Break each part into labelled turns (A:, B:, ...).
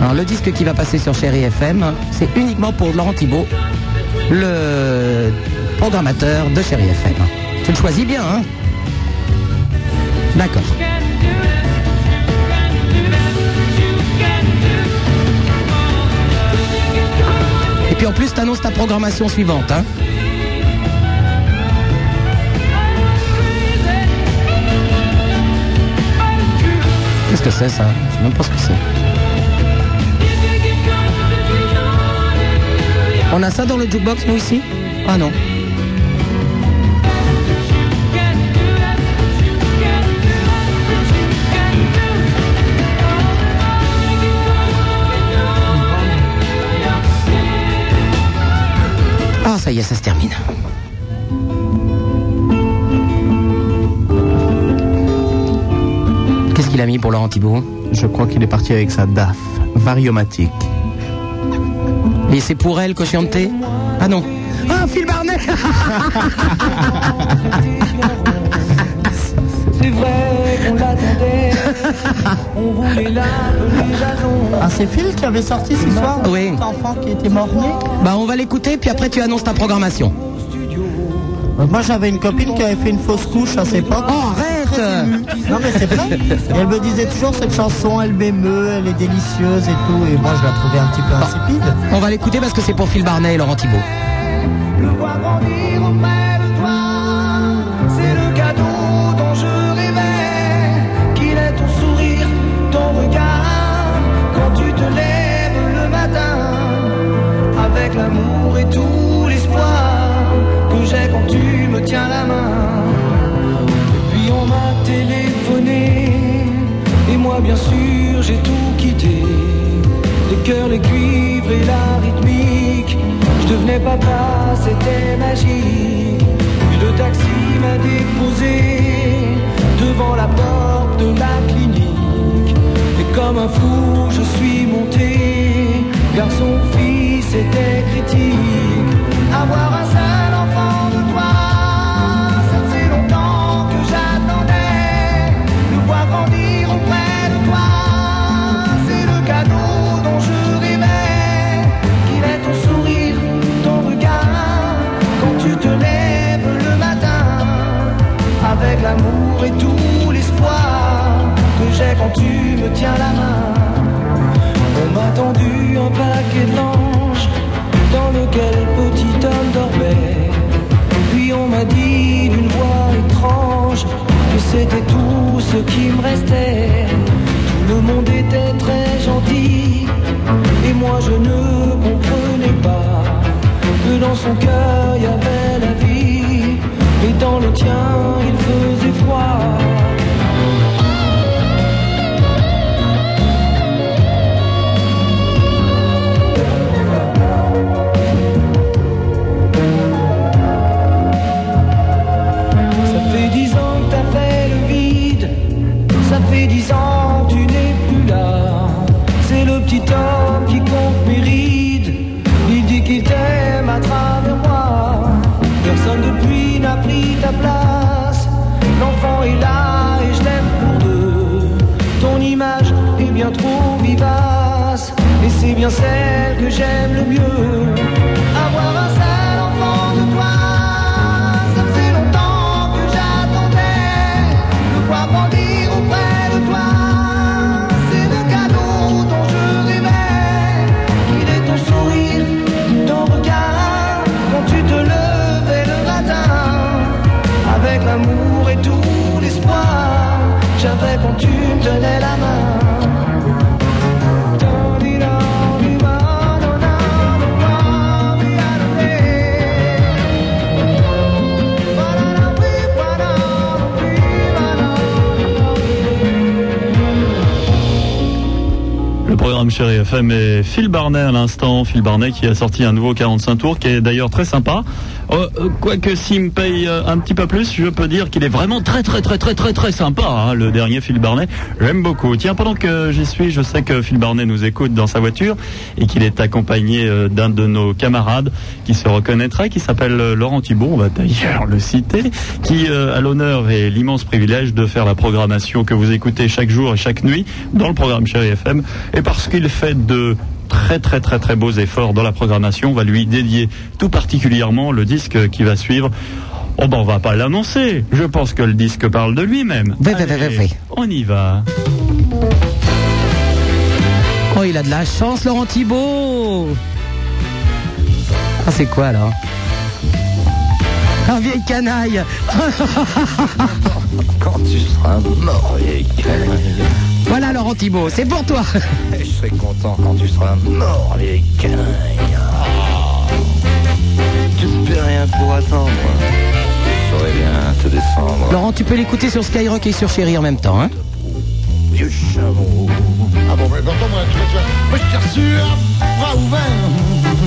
A: Alors, le disque qui va passer sur Chéri FM, c'est uniquement pour Laurent Thibault, le programmateur de Chéri FM. Tu le choisis bien, hein D'accord. Et puis en plus, t'annonces ta programmation suivante, hein Qu'est-ce que c'est ça Je sais même pas ce que c'est. On a ça dans le jukebox, nous, ici Ah non. Ah, ça y est, ça se termine. Qu'est-ce qu'il a mis pour Laurent Thibault
B: Je crois qu'il est parti avec sa DAF, variomatique.
A: Et c'est pour elle que chanté Ah non. Ah, Phil Barnet
C: C'est vrai qu'on l'attendait, on voulait la
B: Ah, c'est Phil qui avait sorti ce soir
A: Oui.
B: cet enfant qui était mort-né
A: Bah, on va l'écouter, puis après tu annonces ta programmation.
B: Euh, Moi, j'avais une copine qui avait fait une fausse couche à ses époques.
A: Oh, arrête
B: Non, mais c'est vrai. Et elle me disait toujours cette chanson, elle m'émeut, elle est délicieuse et tout. Et moi, je la trouvais un petit peu insipide.
A: On va l'écouter parce que c'est pour Phil Barnet et Laurent Thibault.
C: le voir grandir auprès de toi. C'est le cadeau dont je rêvais, qu'il est ton sourire, ton regard, quand tu te lèves le matin, avec l'amour et tout l'espoir que j'ai quand tu me tiens la main. Puis on m'a téléphoné Et moi bien sûr j'ai tout quitté Les cœurs, les cuivres et la rythmique Je devenais papa, c'était magique Puis le taxi m'a déposé Devant la porte de la clinique Et comme un fou je suis monté Car son fils était critique Avoir un seul enfant de toi Ça faisait longtemps que j'attendais Le voir grandir auprès de toi C'est le cadeau dont je rêvais Qu'il est ton sourire, ton regard Quand tu te lèves le matin Avec l'amour et tout l'espoir Que j'ai quand tu me tiens la main on m'a tendu un paquet de linge dans lequel petit homme dormait. Puis on m'a dit d'une voix étrange que c'était tout ce qui me restait. Tout le monde était très gentil et moi je ne comprenais pas que dans son cœur il y avait la vie et dans le tien il faisait froid. Ça fait dix ans que t'as fait le vide. Ça fait dix ans que tu n'es plus là. C'est le petit homme qui compte mes rides. Il dit qu'il t'aime à travers moi. Personne depuis n'a pris ta place. L'enfant est là et je l'aime pour deux. Ton image est bien trop vivace. Et c'est bien celle que j'aime le mieux. Avoir un seul enfant de toi, ça faisait longtemps que j'attendais le voir grandir auprès de toi. C'est le cadeau dont je rêvais. Il est ton sourire, ton regard quand tu te levais le matin. Avec l'amour et tout l'espoir, j'avais quand tu me donnais la main.
D: Le programme Chéri FM est Phil Barnet à l'instant. Phil Barnet qui a sorti un nouveau 45 tours qui est d'ailleurs très sympa. Euh, euh, Quoique s'il me paye euh, un petit peu plus, je peux dire qu'il est vraiment très très très très très très sympa, hein, le dernier Phil Barnet. J'aime beaucoup. Tiens, pendant que j'y suis, je sais que Phil Barnet nous écoute dans sa voiture et qu'il est accompagné euh, d'un de nos camarades qui se reconnaîtra, qui s'appelle euh, Laurent Thibault, on va d'ailleurs le citer, qui euh, a l'honneur et l'immense privilège de faire la programmation que vous écoutez chaque jour et chaque nuit dans le programme Chéri FM. Et parce puisqu'il fait de très très très très beaux efforts dans la programmation, on va lui dédier tout particulièrement le disque qui va suivre. Oh ben on va pas l'annoncer, je pense que le disque parle de lui-même.
A: Oui, oui, oui,
D: Allez,
A: oui.
D: On y va.
A: Oh, il a de la chance, Laurent Thibault Ah, c'est quoi, là Un vieil canaille
C: Quand tu seras mort, vieille canaille.
A: Voilà, Laurent Thibault, c'est pour toi
C: Je serai content quand tu seras mort, vieille canaille. Ah. Tu ne peux rien pour attendre. Je saurais bien te descendre.
A: Laurent, tu peux l'écouter sur Skyrock et sur Chéri en même temps, hein
C: Vieux chameau.
E: Ah bon, ben, pourtant, moi, tu vois, tu vois, moi, je t'ai reçu à bras ouverts,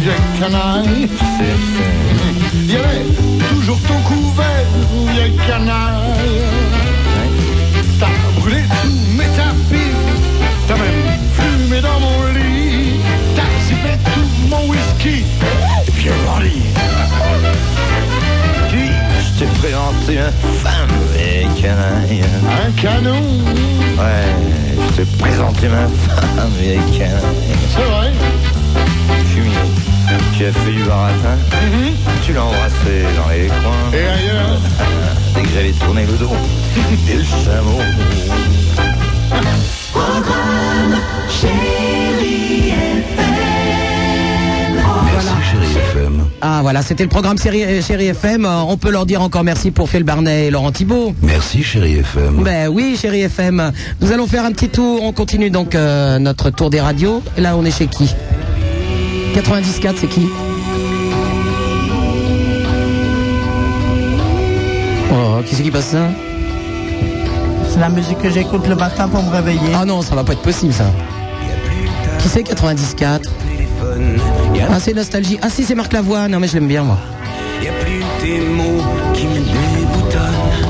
E: vieux canaille.
C: C'est- c'est-
E: Il y avait toujours ton couvert, vieille canaille. T'as brûlé tous mes tapis, t'as même fumé dans mon lit, t'as zippé tout mon whisky, et puis mon lit.
C: Puis, je t'ai présenté une femme, vieille canaille.
E: Un canon,
C: Ouais, je t'ai présenté ma femme, vieille canaille.
E: c'est vrai.
C: Fumier, tu as fait du baratin, tu l'as embrassé dans les coins,
E: Et ailleurs,
C: dès que j'avais tourné le dos, et le chameau.
A: Ah, voilà, c'était le programme Chéri, euh, Chéri FM. Euh, On peut leur dire encore merci pour Phil Barnet et Laurent Thibault.
F: Merci chérie FM.
G: Bah,
A: Ben oui, Chéri FM. Nous allons faire un petit tour. On continue donc euh, notre tour des radios. Et là, on est chez qui 94, c'est qui Oh, qui c'est qui passe ça
B: C'est la musique que j'écoute le matin pour me réveiller.
A: Ah non, ça va pas être possible ça. Qui c'est 94 Ah c'est nostalgie. Ah si c'est Marc Lavoine, non mais je l'aime bien moi.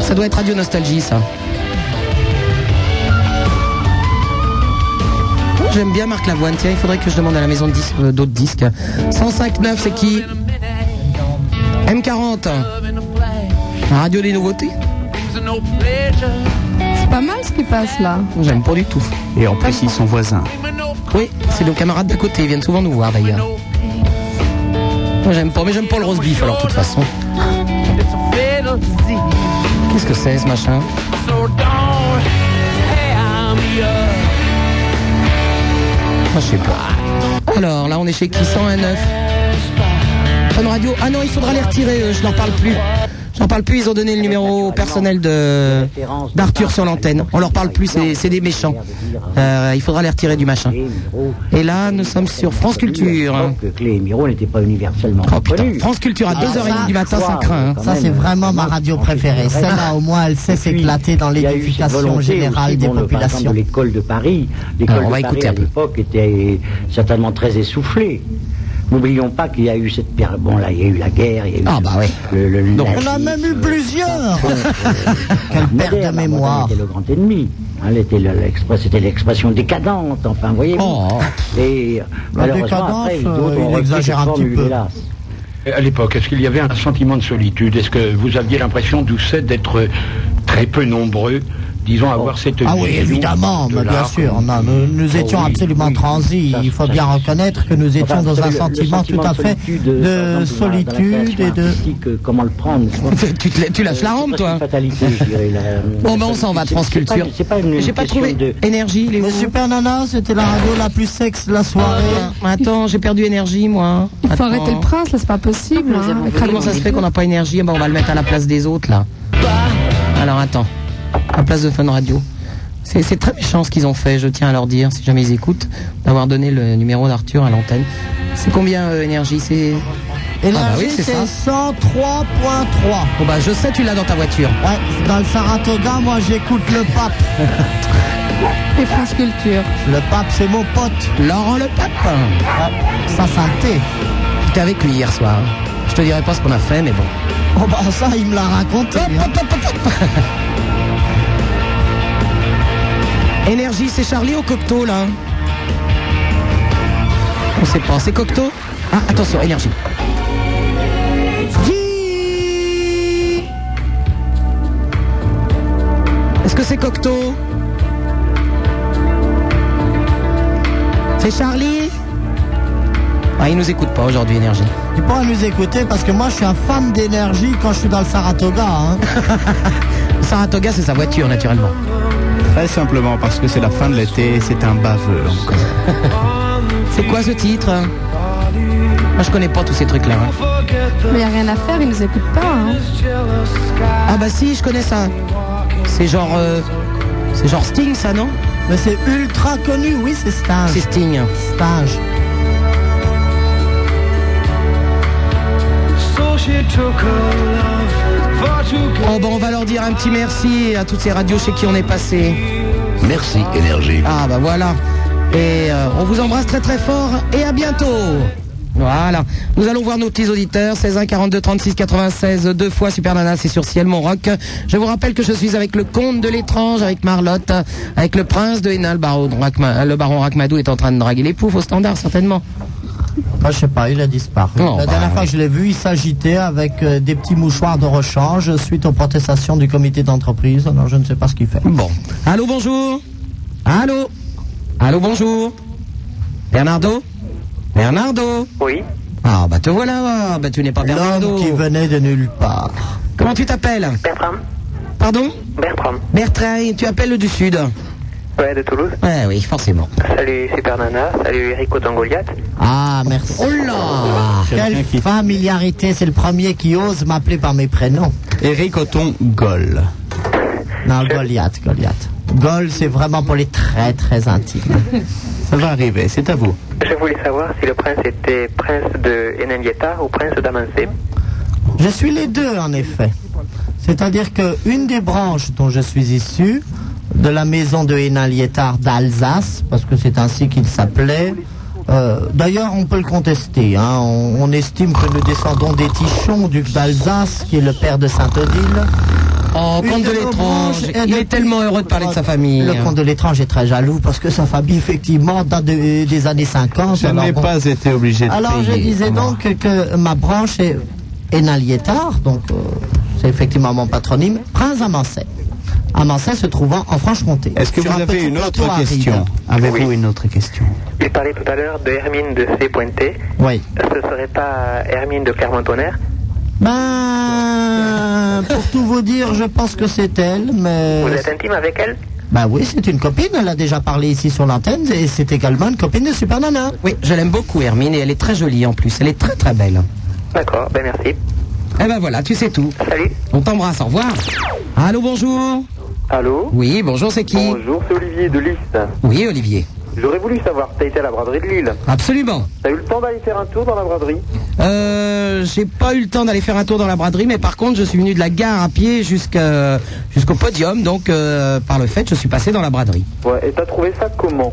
A: Ça doit être Radio Nostalgie ça. Oh, J'aime bien Marc Lavoine, tiens, il faudrait que je demande à la maison de dis- euh, d'autres disques. 105.9 c'est qui M40. Radio des nouveautés
H: C'est pas mal ce qui passe là.
A: J'aime pas du tout. Ah.
I: Et en plus, ils sont voisins.
A: Oui, c'est nos camarades d'à côté, ils viennent souvent nous voir d'ailleurs. Moi j'aime pas, mais j'aime pas le roast beef alors de toute façon. Qu'est-ce que c'est ce machin Moi je sais pas. Alors là on est chez qui 109 Fun Radio. Ah non, il faudra les retirer, euh, je leur parle plus. J'en parle plus, ils ont donné le numéro personnel de d'Arthur sur l'antenne. On leur parle plus, c'est c'est des méchants. Euh, il faudra les retirer du machin. Et là, Ah, nous sommes sur France Culture.
J: Que Clé et Miro n'étaient pas universellement
A: Oh putain,
J: reconnus.
A: France Culture à
B: Ah,
A: 2h30
B: ça,
A: du matin, ça
J: soir,
A: craint. hein.
J: quand
B: Ça,
J: même,
B: c'est vraiment ma
J: vraiment,
B: radio
J: je
B: préférée.
J: préfère.
B: Celle-là, au moins, elle sait
J: Et puis,
B: s'éclater dans
J: il y a eu cette
B: l'éducation
J: volonté
B: générale
J: aussi,
B: des
J: bon, le- par exemple,
B: populations.
J: de L'école de Paris,
A: Alors,
J: l'école
A: on
J: de
A: va
J: Paris
A: écouter un
J: à
A: peu.
J: l'époque était certainement très essoufflée. N'oublions pas qu'il y a eu cette période. Bon, là, il y a eu la guerre, il y a eu
A: Ah, bah ouais.
J: le, le euh,
A: Donc,
B: On a
J: nazisme,
B: même eu plusieurs.
J: la
B: Quelle perte de
J: moderne, euh, la
B: mémoire.
J: moderne était le grand ennemi. Hein, Elle était le- l'express- C'était l'expression décadente, enfin, voyez
A: Oh.
J: Et malheureusement, après,
B: décadence,
J: d'autres ont
B: euh, il
J: repris
B: exagère
J: cette
B: un petit
J: formule,
B: peu.
J: hélas.
E: À l'époque, est-ce qu'il y avait un sentiment de solitude Est-ce que vous aviez l'impression, Doucet, d'être très peu nombreux, disons, à avoir cette
B: Ah oui,
E: vision
B: évidemment,
E: de
B: mais bien
E: l'art
B: sûr. Non, nous, nous étions
E: oui,
B: absolument
E: oui.
B: transis.
J: Oh Ça,
B: Il faut
J: ça,
B: bien
J: ça.
B: reconnaître que nous étions
J: Enfin, vous
B: dans un
J: savez, le- le
B: sentiment tout à fait de
J: euh, par exemple, dans la- dans la
B: solitude et
J: création
B: de...
J: artistique, euh, Comment le prendre quoi.
A: tu, te la- tu lâches la
J: C'est
A: rampe,
J: presque
A: toi
J: une fatalité, je dirais, la- euh,
A: Bon, ben on s'en va de
J: C'est-
A: France
J: c'est pas-
A: Culture.
J: C'est pas une
A: J'ai pas
J: question
A: trouvé
J: de-
A: énergie, les
B: Le Super Nana, c'était la radio la plus sexe de la soirée.
A: Ah, bah Attends, j'ai perdu énergie, moi.
H: Il faut
A: Attends.
H: arrêter le prince là, c'est pas possible. hein.
A: Comment ça se fait qu'on n'a pas énergie ben, On va le mettre à la place des autres, là. Alors, attends. À la place de Fun Radio. C'est c'est très méchant ce qu'ils ont fait, je tiens à leur dire, si jamais ils écoutent, d'avoir donné le numéro d'Arthur à l'antenne. C'est combien, euh, énergie C'est. Ah bah oui,
B: Énergie,
A: c'est
B: c'est
A: ça.
B: 103.3.
A: Bon, bah, je sais, tu l'as dans ta voiture.
B: Ouais, dans le Saratoga, moi, j'écoute le pape.
H: Et France Culture.
B: Le pape, c'est mon pote.
A: Laurent Le Pape
B: Ah, Ça, ça me tait.
A: J'étais avec lui hier soir. Je te dirai pas ce qu'on a fait, mais bon.
B: Oh bah ça, il me l'a raconté. hein.
A: Énergie, c'est Charlie au Cocteau, là On sait pas, c'est Cocteau Ah, attention, énergie. Est-ce que c'est Cocteau C'est Charlie Ah, il nous écoute pas aujourd'hui, Énergie.
B: Tu pourras nous écouter parce que moi je suis un fan d'énergie quand je suis dans le Saratoga. hein.
A: Saratoga, c'est sa voiture, naturellement.
K: Très simplement parce que c'est la fin de l'été et c'est un baveux encore.
A: C'est quoi ce titre Moi, je connais pas tous ces trucs-là. hein.
H: Mais y a rien à faire, ils nous écoutent pas. hein.
A: Ah bah si, je connais ça. C'est genre... euh, c'est genre Sting, ça, non
B: Mais c'est ultra connu, oui, c'est Stage.
A: C'est Sting.
B: Stage.
C: So she took her love for to go.
A: Oh bah on va leur dire un petit merci à toutes ces radios chez qui on est passé.
L: Merci Énergie.
A: Ah bah voilà. Et euh, on vous embrasse très très fort et à bientôt. Voilà. Nous allons voir nos petits auditeurs. 16 1 42 36 96 deux fois Super Nana, c'est sur Ciel Mon Rock. Je vous rappelle que je suis avec le comte de l'étrange, avec Marlotte, avec le prince de Hénin, le baron, de Rachma- le baron Rachmadou est en train de draguer les poufs au standard certainement.
B: Moi, je sais pas, il a disparu.
A: Non,
B: la
A: bah,
B: dernière
A: oui.
B: fois que je l'ai vu, il s'agitait avec euh, des petits mouchoirs de rechange suite aux protestations du comité d'entreprise. Non, je ne sais pas ce qu'il fait.
A: Bon. Allô, bonjour. Allô. Allô, bonjour. Bernardo Bernardo
E: Oui,
A: Ah, bah te voilà, ah, bah tu n'es pas Bernardo.
B: L'homme qui venait de nulle part.
A: Comment tu t'appelles
E: Bertram.
A: Pardon
E: Bertram.
A: Bertrand, tu appelles du Sud.
E: Ouais, de Toulouse.
A: Ouais, oui, forcément.
E: Salut Super Nana. Salut Rico Tangoliat.
B: Ah, merci.
A: Oh là
B: Quelle familiarité, c'est le premier qui ose m'appeler par mes prénoms.
K: Eric Othon Gol.
B: Non, Goliath, Goliath. Gol, c'est vraiment pour les très très intimes.
K: Ça va arriver, c'est à vous.
E: Je voulais savoir si le prince était prince de Enengieta ou prince d'Amancé.
B: Je suis les deux en effet. C'est-à-dire que une des branches dont je suis issu, de la maison de Hénin Liétard d'Alsace, parce que c'est ainsi qu'il s'appelait. euh, D'ailleurs, on peut le contester. hein. On, on estime que nous descendons des Tichons, duc d'Alsace, qui est le père de Sainte-Odile.
A: Oh,
B: Une
A: comte de
B: de nos branches
A: l'étrange.
B: est
A: Il est
B: depuis-
A: tellement heureux de parler de sa famille.
K: Hein.
B: Le comte de l'étrange est très jaloux parce que sa famille, effectivement, date de- des années 50.
K: Je
B: alors
K: n'ai
B: bon.
K: pas été obligé de
B: Alors je
K: payer.
B: disais
K: Moi.
B: donc que- que ma branche est Hénaliétard, donc euh, c'est effectivement mon patronyme, Prince Amancet. Amancet se trouvant en Franche-Comté.
K: Est-ce que
B: Sur
K: vous
B: un
K: avez
B: petit
K: une
B: plateau
K: autre
B: aride.
K: question Avez-vous
E: Oui.
K: une autre question
E: Tu parlais tout à l'heure de Hermine de C. Pointé.
B: Oui.
E: Ce serait pas Hermine de Clermont-Tonnerre
B: Ben, pour tout vous dire, je pense que c'est elle, mais...
E: Vous êtes intime avec elle
B: Ben oui, c'est une copine, elle a déjà parlé ici sur l'antenne, et c'est également une copine de Super Nana.
A: Oui, je l'aime beaucoup, Hermine, et elle est très jolie en plus. Elle est très très belle.
E: D'accord, ben merci.
A: Eh ben voilà, tu sais tout.
E: Salut.
A: On t'embrasse, au revoir. Allô, bonjour.
E: Allô
A: Oui, bonjour, c'est qui
E: Bonjour, c'est Olivier de Liste.
A: Oui, Olivier.
E: J'aurais voulu savoir, t'as été à la braderie de Lille.
A: Absolument.
E: T'as eu le temps d'aller faire un tour dans la braderie
A: Euh, j'ai pas eu le temps d'aller faire un tour dans la braderie, mais par contre, je suis venu de la gare à pied jusqu'à- jusqu'au podium, donc euh, par le fait, je suis passé dans la braderie.
E: Ouais, et t'as trouvé ça comment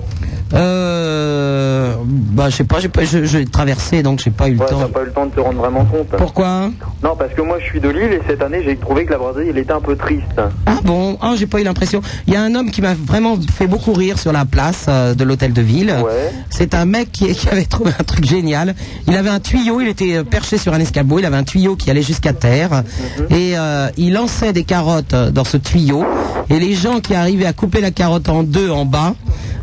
A: Euh, bah, je sais pas, j'ai pas, je, je l'ai traversé, donc j'ai pas eu le
E: Ouais,
A: temps.
E: t'as pas eu le temps de te rendre vraiment compte.
A: Pourquoi
E: Non, parce que moi je suis de Lille et cette année j'ai trouvé que la braderie elle était un peu triste.
A: Ah bon Ah, j'ai pas eu l'impression. Il y a un homme qui m'a vraiment fait beaucoup rire sur la place euh, de l'hôtel de ville.
E: Ouais.
A: C'est un mec qui, qui avait trouvé un truc génial. Il avait un tuyau, il était euh, perché sur un escabeau, il avait un tuyau qui allait jusqu'à terre. Et euh, il lançait des carottes euh, dans ce tuyau. Et les gens qui arrivaient à couper la carotte en deux en bas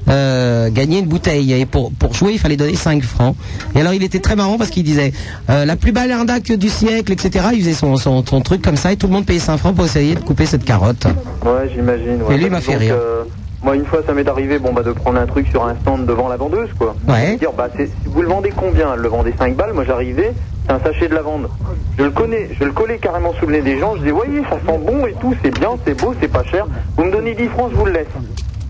A: euh, gagnaient une bouteille. Et pour, pour jouer, il fallait donner 5 francs. Et alors il était très marrant parce qu'il disait euh, la plus belle arnaque du siècle, etc. Il faisait son, son, son truc comme ça et tout le monde payait 5 francs pour essayer de couper cette carotte.
E: Ouais, j'imagine. Ouais.
A: Et lui, il m'a fait
E: Donc,
A: rire.
E: euh, moi, une fois, ça m'est arrivé bon, bah, de prendre un truc sur un stand devant la vendeuse, quoi.
A: Ouais.
E: Dire, bah, c'est- vous le vendez combien Elle le vendait 5 balles, moi j'arrivais, c'est un sachet de lavande. Je le connais, je le collais carrément sous le nez des gens, je disais, voyez, ça sent bon et tout, c'est bien, c'est beau, c'est pas cher. Vous me donnez 10 francs, je vous le laisse.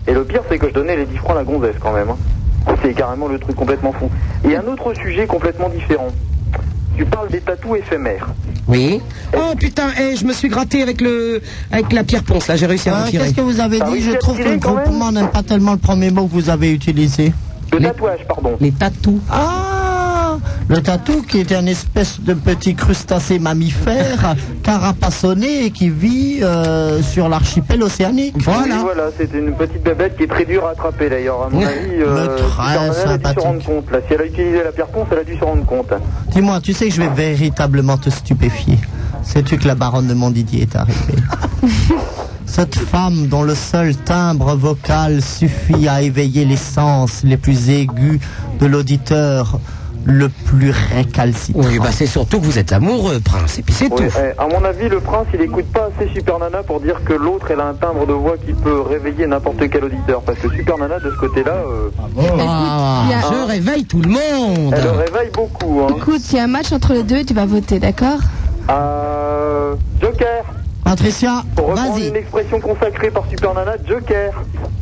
E: Et le pire, c'est que je donnais les 10 francs à la gonzesse quand même. hein. C'est carrément le truc complètement fou. Et un autre sujet complètement différent. Tu parles des tatous éphémères.
A: Oui. Oh putain, eh, je me suis gratté avec le avec la pierre ponce là, j'ai réussi à
B: Euh,
A: m'en tirer.
B: Qu'est-ce que vous avez
E: Ah
B: dit
E: oui,
B: Je
E: c'est
B: trouve que
E: stylé
B: le
E: quand même.
B: groupement n'aime pas tellement le premier mot que vous avez utilisé.
E: Le tatouage, pardon.
A: Les tatous.
B: Ah Le tatou qui est un espèce de petit crustacé mammifère carapassonné et qui vit euh, sur l'archipel océanique.
A: Voilà.
E: Oui, voilà, c'est une petite bébête qui est très dure à attraper d'ailleurs. À mon
A: Ouais.
E: avis, euh,
B: Le train,
E: Superman, elle a dû se
B: sympathique.
E: rendre compte. Là. Si elle a utilisé la pierre ponce, elle a dû se rendre compte.
B: Dis-moi, tu sais que je vais véritablement te stupéfier. Sais-tu que la baronne de Montdidier est arrivée Cette femme dont le seul timbre vocal suffit à éveiller les sens les plus aigus de l'auditeur le plus récalcitrant.
M: Oui, bah c'est surtout que vous êtes amoureux, prince, et puis c'est
E: Oui,
M: tout.
E: eh, à mon avis, le prince, il écoute pas assez Super Nana pour dire que l'autre, elle a un timbre de voix qui peut réveiller n'importe quel auditeur. Parce que Super Nana, de ce côté-là, euh,
A: Ah,
E: il y a-
A: je réveille tout le monde.
E: elle le réveille beaucoup. Hein.
H: Écoute, il y a un match entre les deux et tu vas voter, d'accord
E: Euh, Joker
B: Patricia,
E: Pour reprendre une expression consacrée par Super Nana, Joker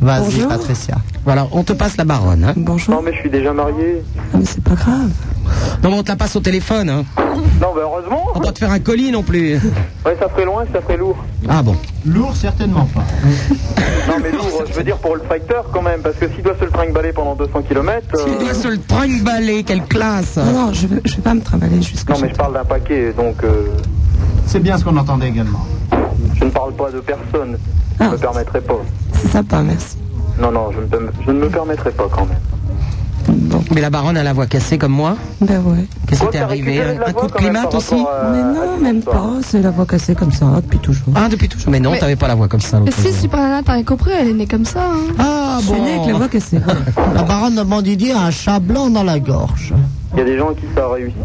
B: Vas-y, Patricia.
A: Voilà, on te passe la baronne. hein.
E: Non, mais je suis déjà marié.
A: mais c'est pas grave. Non, mais on te la passe au téléphone. Hein.
E: Non, bah heureusement
A: On va te faire un colis non plus.
E: Ouais, ça ferait loin, ça ferait lourd.
A: Ah bon.
B: Lourd, certainement pas.
E: Non, mais lourd, je veux dire pour le facteur quand même, parce que s'il doit se le trimballer pendant 200 km.
A: Il doit se le trimballer, quelle classe
N: Non, non, je ne vais pas me travailler jusqu'à.
E: Non, mais je parle d'un paquet, donc euh,
K: C'est bien ce qu'on entendait également.
E: je ne parle pas de personne. Je
H: Ah.
E: ne me permettrai pas.
N: C'est sympa, merci.
E: Non, non, je ne, peux- je ne me permettrai pas quand même.
A: Mais la baronne a la voix cassée comme moi.
N: Ben ouais.
A: Qu'est-ce qui t'est arrivé euh, Un un coup de climat aussi
E: euh,
N: Mais non, même pas. C'est la voix cassée comme ça, depuis toujours.
A: Ah, depuis toujours Mais non,
N: Mais-
A: t'avais pas la voix comme ça.
H: Mais
A: l'autre
H: si,
A: jour.
H: Super Nana, t'aurais compris, elle est née comme ça. Hein.
A: Ah
B: bon.
N: cassée.
B: La baronne de Montdidier a un chat blanc dans la gorge.
E: Il y a des gens qui ça a réussi.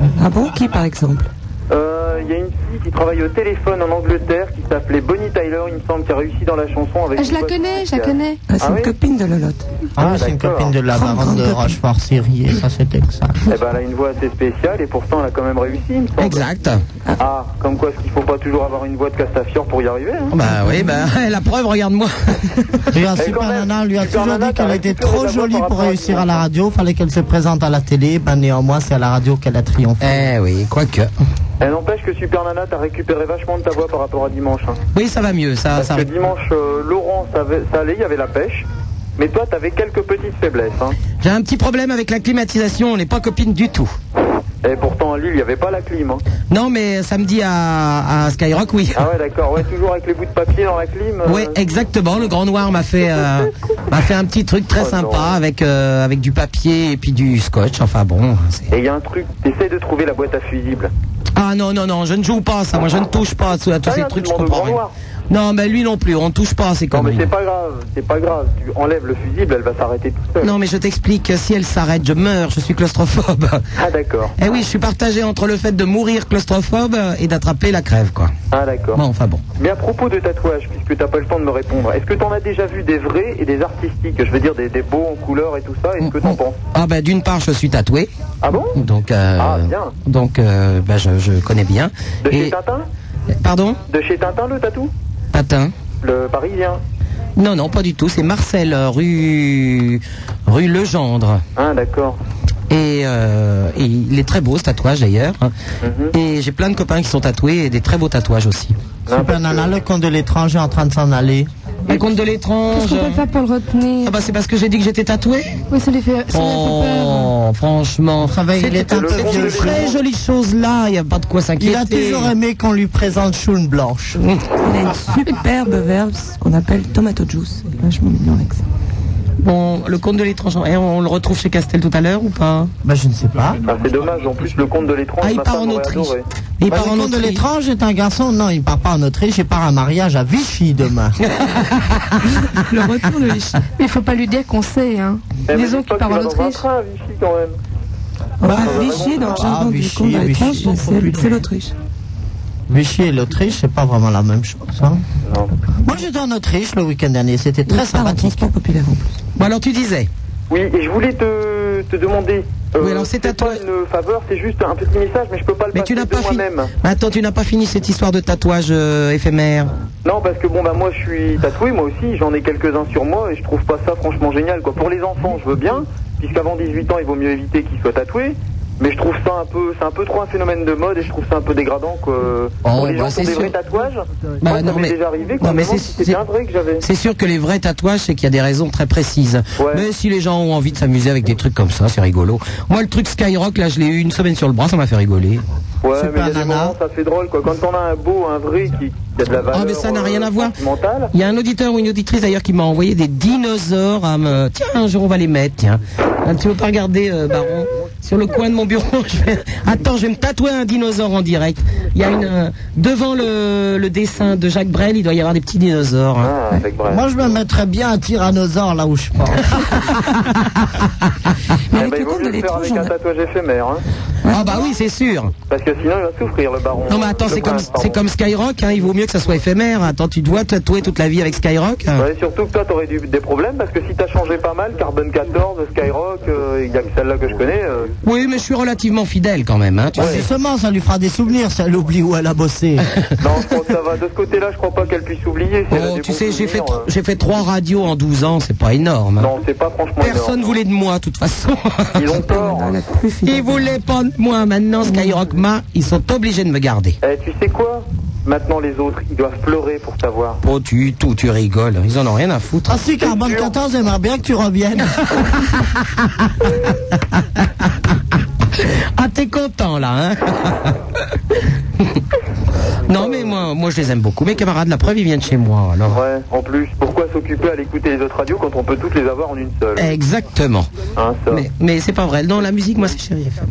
E: hein.
N: Ah bon Qui par exemple
E: Euh, Il y a une fille qui travaille au téléphone en Angleterre qui s'appelait Bonnie Tyler, il me semble, qui a réussi dans la chanson avec.
H: Ah, je
E: une
H: la
E: voix
H: connais, je la
E: spéciale.
H: connais.
N: Ah, C'est
E: Ah
N: une
E: oui
N: copine de Lolotte.
B: Ah, oui, c'est une
E: d'accord.
B: copine de la
E: Grande,
B: baronne
E: grande
B: de
E: copine.
B: Rochefort-Syrier, ça c'est exact.
E: Eh ben, elle a une voix assez spéciale et pourtant elle a quand même réussi, il me semble.
A: Exact.
E: Ah, comme quoi, est-ce qu'il faut pas toujours avoir une voix de Castafiore pour y arriver hein
A: Bah oui, bah la preuve, regarde-moi.
B: Regarde, Super Nana lui a toujours dit qu'elle était trop jolie pour réussir à la radio, fallait qu'elle se présente à la télé, ben néanmoins c'est à la radio qu'elle a triomphé.
A: Eh oui, quoique.
E: Eh, n'empêche que Super Nana, t'as récupéré vachement de ta voix par rapport à dimanche. hein.
A: Oui, ça va mieux, ça.
E: Parce
A: Ah, ça...
E: que dimanche, euh, Laurent, ça, avait- ça allait, il y avait la pêche. Mais toi, t'avais quelques petites faiblesses. Hein.
A: J'ai un petit problème avec la climatisation, on n'est pas copines du tout.
E: Et pourtant, à Lille, il n'y avait pas la clim. hein.
A: Non, mais euh, samedi à, à Skyrock, oui.
E: Ah ouais, d'accord. Ouais, toujours avec les bouts de papier dans la clim. euh,
A: Oui, exactement. Le Grand Noir m'a fait, euh, m'a fait un petit truc
E: Oh
A: très sympa avec, euh, avec du papier et puis du scotch. Enfin bon. c'est-
E: Et il y a un truc, t'essayes de trouver la boîte à fusible.
A: Ah non, non, non, je ne joue pas à ça. Moi, je ne touche pas à, tout-
E: Ah
A: à tous ces trucs. Je comprends rien. Non, mais lui non plus, on ne touche pas à ces
E: Non, mais
A: conneries.
E: c'est pas grave, c'est pas grave. Tu enlèves le fusible, elle va s'arrêter toute seule.
A: Non, mais je t'explique, si elle s'arrête, je meurs, je suis claustrophobe.
E: Ah, d'accord.
A: Eh oui, je suis partagé entre le fait de mourir claustrophobe et d'attraper la crève, quoi.
E: Ah, d'accord.
A: Bon, enfin bon.
E: Mais à propos de tatouages, puisque t'as pas le temps de me répondre, est-ce que t'en as déjà vu des vrais et des artistiques Je veux dire des, des beaux en couleur et tout ça, est-ce que t'en penses
A: Ah ben d'une part je suis tatoué.
E: Ah bon
A: Donc euh,
E: Ah, bien.
A: donc euh, ben, je, je connais bien.
E: De chez Tintin
A: Pardon
E: De chez Tintin le tatou
A: Patin.
E: Le parisien
A: Non non pas du tout. C'est Marcel euh, rue rue Legendre.
E: Ah d'accord.
A: Et, euh, et il est très beau ce tatouage d'ailleurs. hein.
E: Mhm.
A: Et j'ai plein de copains qui sont tatoués et des très beaux tatouages aussi.
B: Super Nana, le compte de l'étranger en train de s'en aller.
A: Le compte de
H: Qu'est-ce
A: l'étrange.
H: qu'on peut faire pour le retenir
A: Ah bah c'est parce que j'ai dit que j'étais tatoué
H: Oui, ça lui fait, ça lui a fait peur. hein.
A: Oh, franchement,
B: va, il
A: c'est
B: est un peu
A: c'est une
B: vieux.
A: très jolie chose là, il n'y a pas de quoi s'inquiéter.
B: Il a toujours aimé qu'on lui présente Choune Blanche.
N: Elle a une superbe verve, ce qu'on appelle tomato juice. Elle est Vachement mignon avec ça.
A: Bon, le compte de l'étranger, Eh, on, on le retrouve chez Castel tout à l'heure ou pas
B: Bah je ne sais pas.
E: Ah, c'est dommage, en plus le comte de l'étrange,
A: Ah, il
E: ma
A: part
E: femme
A: en
E: aurait
A: Autriche.
E: adoré.
A: Il
B: Bah,
A: part en
B: le compte de
A: Autriche.
B: l'étrange est un garçon, non, il part pas en Autriche, il part à un mariage à Vichy demain.
N: Le
A: Ah,
N: retour de l'échec.
H: Mais faut pas lui dire qu'on sait, hein.
E: Eh, mais
H: Disons
E: dis pas
H: qu'il
E: qu'il
H: part en
E: va dans un
H: Autriche.
E: train à Vichy quand même.
N: Bah,
E: Ah,
N: Vichy, dans le
B: ah,
N: jardin du
B: Vichy,
N: comte de l'étrange,
B: Vichy.
N: c'est c'est l'Autriche.
B: Vichy et l'Autriche, c'est pas vraiment la même chose. hein.
E: Non.
B: Moi j'étais en Autriche le week-end dernier, c'était
N: Il part
B: très
N: en
B: sympathique.
N: transport populaire en plus.
A: Bon alors tu disais,
E: Oui, et je voulais te, te demander. euh,
A: Oui, alors, c'est à
E: pas une faveur, c'est juste un petit message, mais je peux pas le
B: Bah,
A: mais
E: passer
A: tu n'as
E: de
A: pas fini. Bah,
E: moi-même.
A: Attends, tu n'as pas fini cette histoire de tatouage euh, éphémère.
E: Non, parce que bon, bah moi je suis tatoué, moi aussi, j'en ai quelques-uns sur moi et je trouve pas ça franchement génial quoi. Pour les enfants, je veux bien, puisqu'avant 18 ans, il vaut mieux éviter qu'ils soient tatoués. Mais je trouve ça un peu, c'est un peu trop un phénomène de mode et je trouve ça un peu dégradant quoi. Pour les
A: bah,
E: gens qui
A: c'est
E: ont des
A: sûr.
E: vrais tatouages,
A: Bah,
E: moi,
A: non,
E: ça m'est
A: mais-
E: déjà arrivé
A: non,
E: quoi.
A: mais
E: Vraiment,
A: c'est-
E: si C'était
A: c'est-
E: un vrai que j'avais.
A: C'est sûr que les vrais tatouages, c'est qu'il y a des raisons très précises.
E: Ouais.
A: Mais si les gens ont envie de s'amuser avec des trucs comme ça, c'est rigolo. Moi, le truc Skyrock, là, je l'ai eu une semaine sur le bras, ça m'a fait rigoler.
E: Ouais,
B: c'est
E: mais il y a
B: pas
E: des
B: nana.
E: moments, ça fait drôle quoi. Quand on a un beau, un vrai qui, qui a de la valeur.
A: Ah, mais ça n'a rien à
E: euh,
A: voir.
E: sentimentale.
A: Il y a un auditeur ou une auditrice d'ailleurs qui m'a hein, envoyé des dinosaures à me... Tiens, un jour on va les mettre, tiens. Ah, Tu veux pas regarder, euh, Baron sur le coin de mon bureau. Je vais- Attends, je vais me tatouer un dinosaure en direct. Il y a une euh, devant le, le dessin de Jacques Brel, il doit y avoir des petits dinosaures.
E: ah,
A: hein.
B: Moi, je me mettrais bien un tyrannosaure là où je pense.
E: Eh ben, il vaut mieux le faire avec un tatouage éphémère. hein.
A: Ah bah oui, c'est sûr.
E: Parce que sinon, il va souffrir, le baron.
A: Non mais attends,
E: Le
A: c'est comme
E: prince, pardon.
A: c'est comme Skyrock, hein, il vaut mieux que ça soit éphémère. Attends, tu dois tatouer toute la vie avec Skyrock. hein.
E: Ouais, surtout que toi, t'aurais dû- des problèmes parce que si t'as changé pas mal, Carbon 14, Skyrock, euh, il y a que celle-là que je connais. euh,
A: Oui, mais je suis relativement fidèle quand même. Hein, tu sais.
B: Justement, ça lui fera des souvenirs si elle oublie où elle a bossé.
E: Non, je pense que ça va. De ce côté-là, je crois pas qu'elle puisse oublier. si elle a
A: Oh,
E: des
A: tu
E: bons
A: sais, j'ai fait,
E: souvenirs, euh,
A: j'ai fait trois radios en 12 ans, c'est pas énorme. hein.
E: Non, c'est pas franchement.
A: Personne voulait de moi, de toute façon.
E: Ils ont tort. hein.
A: Ils voulaient pas de moi. Maintenant, Skyrock m'a, ils sont obligés de me garder.
E: Eh, tu sais quoi Maintenant, les autres, ils doivent pleurer pour savoir.
A: Oh, tu tout, tu rigoles. Ils en ont rien à foutre.
B: Ah si, Carbone 14, j'aimerais bien que tu reviennes.
A: Ah, t'es content, là, hein Non, mais moi, moi, je les aime beaucoup. Mes camarades, la preuve, ils viennent chez moi, alors.
E: Ouais, en plus, pourquoi s'occuper à l'écouter les autres radios quand on peut toutes les avoir en une seule
A: Exactement.
E: Hein, ça.
A: Eh, Mais, mais c'est pas vrai. Non, la musique, moi, c'est chérie FM.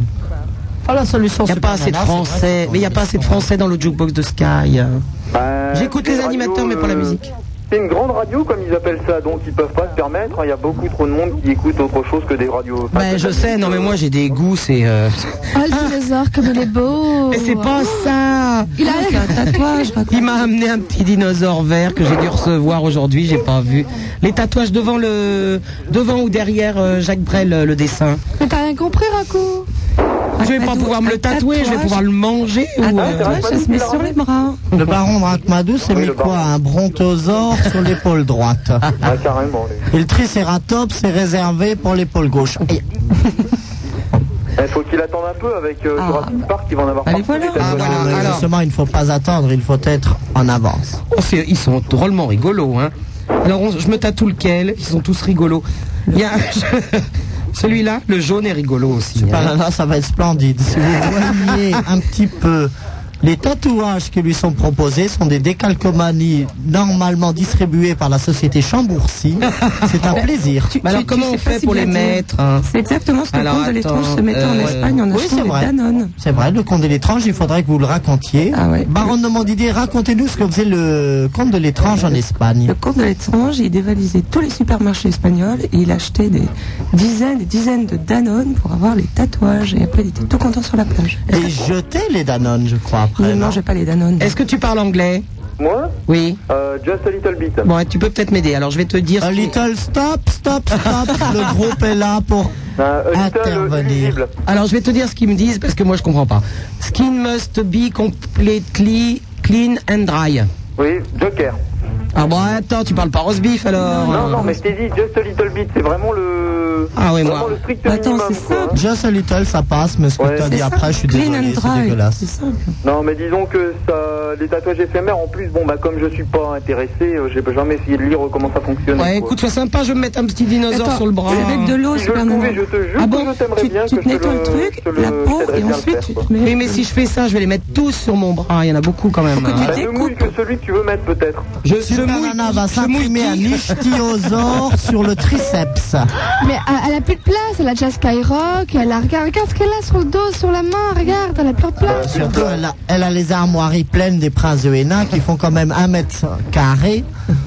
B: Ah, la solution,
A: Il n'y a
B: c'est
A: pas assez de
B: Nana, c'est vrai.
A: français. Mais il n'y a pas assez de français dans le jukebox de Sky. hein.
E: Bah,
A: J'écoute
E: c'est
A: les
E: une
A: animateurs,
E: radio,
A: mais pas la
E: euh,
A: musique.
E: C'est une grande radio, comme ils appellent ça, donc ils peuvent pas se permettre. Il y a beaucoup trop de monde qui écoute autre chose que des radios. Enfin,
A: Ben,
E: que
A: je
E: la
A: sais,
E: musique,
A: non, mais
E: euh,
A: moi, j'ai des goûts, c'est. euh,
H: Ah, le dinosaure, comme il est beau
A: Mais c'est pas Ah, ça
H: Il a fait un tatouage
A: Il m'a amené un petit dinosaure vert que j'ai dû recevoir aujourd'hui, j'ai pas vu. Les tatouages devant le devant ou derrière euh, Jacques Brel euh, le dessin.
H: Mais t'as rien compris, Raco
N: Ah,
A: Je vais pas pouvoir me le tatouer, je vais pouvoir le manger ou euh,
H: ça se met sur les bras.
B: Le baron Rachmadou s'est mis quoi Un brontosaure sur l'épaule droite.
E: Ah, carrément. lui.
B: Et le tricératops est réservé pour l'épaule gauche. Aïe.
E: Eh, faut qu'il attende un peu avec
A: Ah.
E: euh, Jurassic Park, ils vont en avoir partout.
N: Ah,
E: les tatouages.
B: Non, mais Justement, il ne faut pas attendre, il faut être en avance.
A: Oh, c'est- ils sont drôlement rigolos, hein. Alors, on- je me tatoue lequel Ils sont tous rigolos. Il y a celui-là, le jaune est rigolo aussi.
B: Bah,
A: hein.
B: là, là, ça va être splendide. Si vous voyez un petit peu, les tatouages qui lui sont proposés sont des décalcomanies normalement distribuées par la société Chambourcy. C'est un plaisir.
A: Mais alors, comment on fait pour les mettre hein
N: C'est exactement ce que le
B: Alors,
N: compte de l'étrange
B: attends,
N: se mettait en
B: euh,
N: Espagne en
B: oui, c'est
N: achetant des
B: vrai.
N: Danone.
B: C'est vrai, le conte de l'étrange, il faudrait que vous le racontiez.
N: Ah
B: Baron de Montdidier, racontez-nous ce que faisait le conte de l'étrange en Espagne.
N: Le comte de l'étrange, il dévalisait tous les supermarchés espagnols et il achetait des dizaines et dizaines de Danone pour avoir les tatouages. Et après, il était tout content sur la plage.
B: Et il jetait les Danone, je crois, après.
N: Il ne mangeait pas les Danone.
A: Est-ce que tu parles anglais
E: Moi
A: Oui.
E: Euh, just a little bit.
A: Bon, tu peux peut-être m'aider. Alors, je vais te dire.
B: A little stop, stop, stop. le groupe est là pour
E: intervenir.
A: Alors, je vais te dire ce qu'ils me disent parce que moi, je comprends pas. Skin must be completely clean and dry.
E: Oui, Joker.
A: Ah bon, attends, tu parles pas rose beef alors
E: Non, non, mais je t'ai dit, Just a little bit, c'est vraiment le.
A: Ah oui,
E: vraiment
A: moi.
E: le strict
B: Attends,
E: minimum,
B: c'est
E: quoi, hein.
B: simple. Just a little, ça passe, mais ce que
E: Ouais.
B: tu as
E: C'est
B: dit
E: simple.
B: après, je suis
E: Clean
B: désolé,
E: and
B: c'est
E: dry,
B: dégueulasse.
E: Non, mais disons que ça, les tatouages éphémères, en plus, bon, bah, comme je suis pas intéressé, euh, j'ai jamais essayé de lire comment ça fonctionne.
A: Ouais,
E: quoi.
A: Bah, écoute, sois sympa, je vais me mettre un petit dinosaure
N: Attends,
A: sur le bras.
N: c'est avec de l'eau,
E: Si je le
N: Superman.
E: pouvais, je te jure
N: Ah
E: que
N: bon
E: je t'aimerais
N: Tu-
E: bien
N: tu
E: que
N: te
E: je
N: nettoies
E: le-
N: le truc,
E: je te le-
N: la peau,
E: t'aiderais
N: et
E: bien à le
N: ensuite,
E: faire,
N: tu
E: quoi.
N: te mets-
A: Oui, mais si je fais ça, je vais les mettre tous sur mon bras. Il y en a beaucoup quand même. hein.
E: Bah, ne mouille que celui que tu veux mettre, peut-être.
A: Je, je
B: Super
A: mouille.
B: Nana va
A: je mouille
B: s'imprimer un
A: qui
B: ichthyosaure sur le triceps.
H: Mais euh, elle a plus de place, elle a déjà Skyrock, elle a. Regarde, regarde ce qu'elle a sur le dos, sur la main, regarde, elle a plus de place.
B: Surtout, elle a, elle a les armoiries pleines des princes de Hénin qui font quand même un mètre carré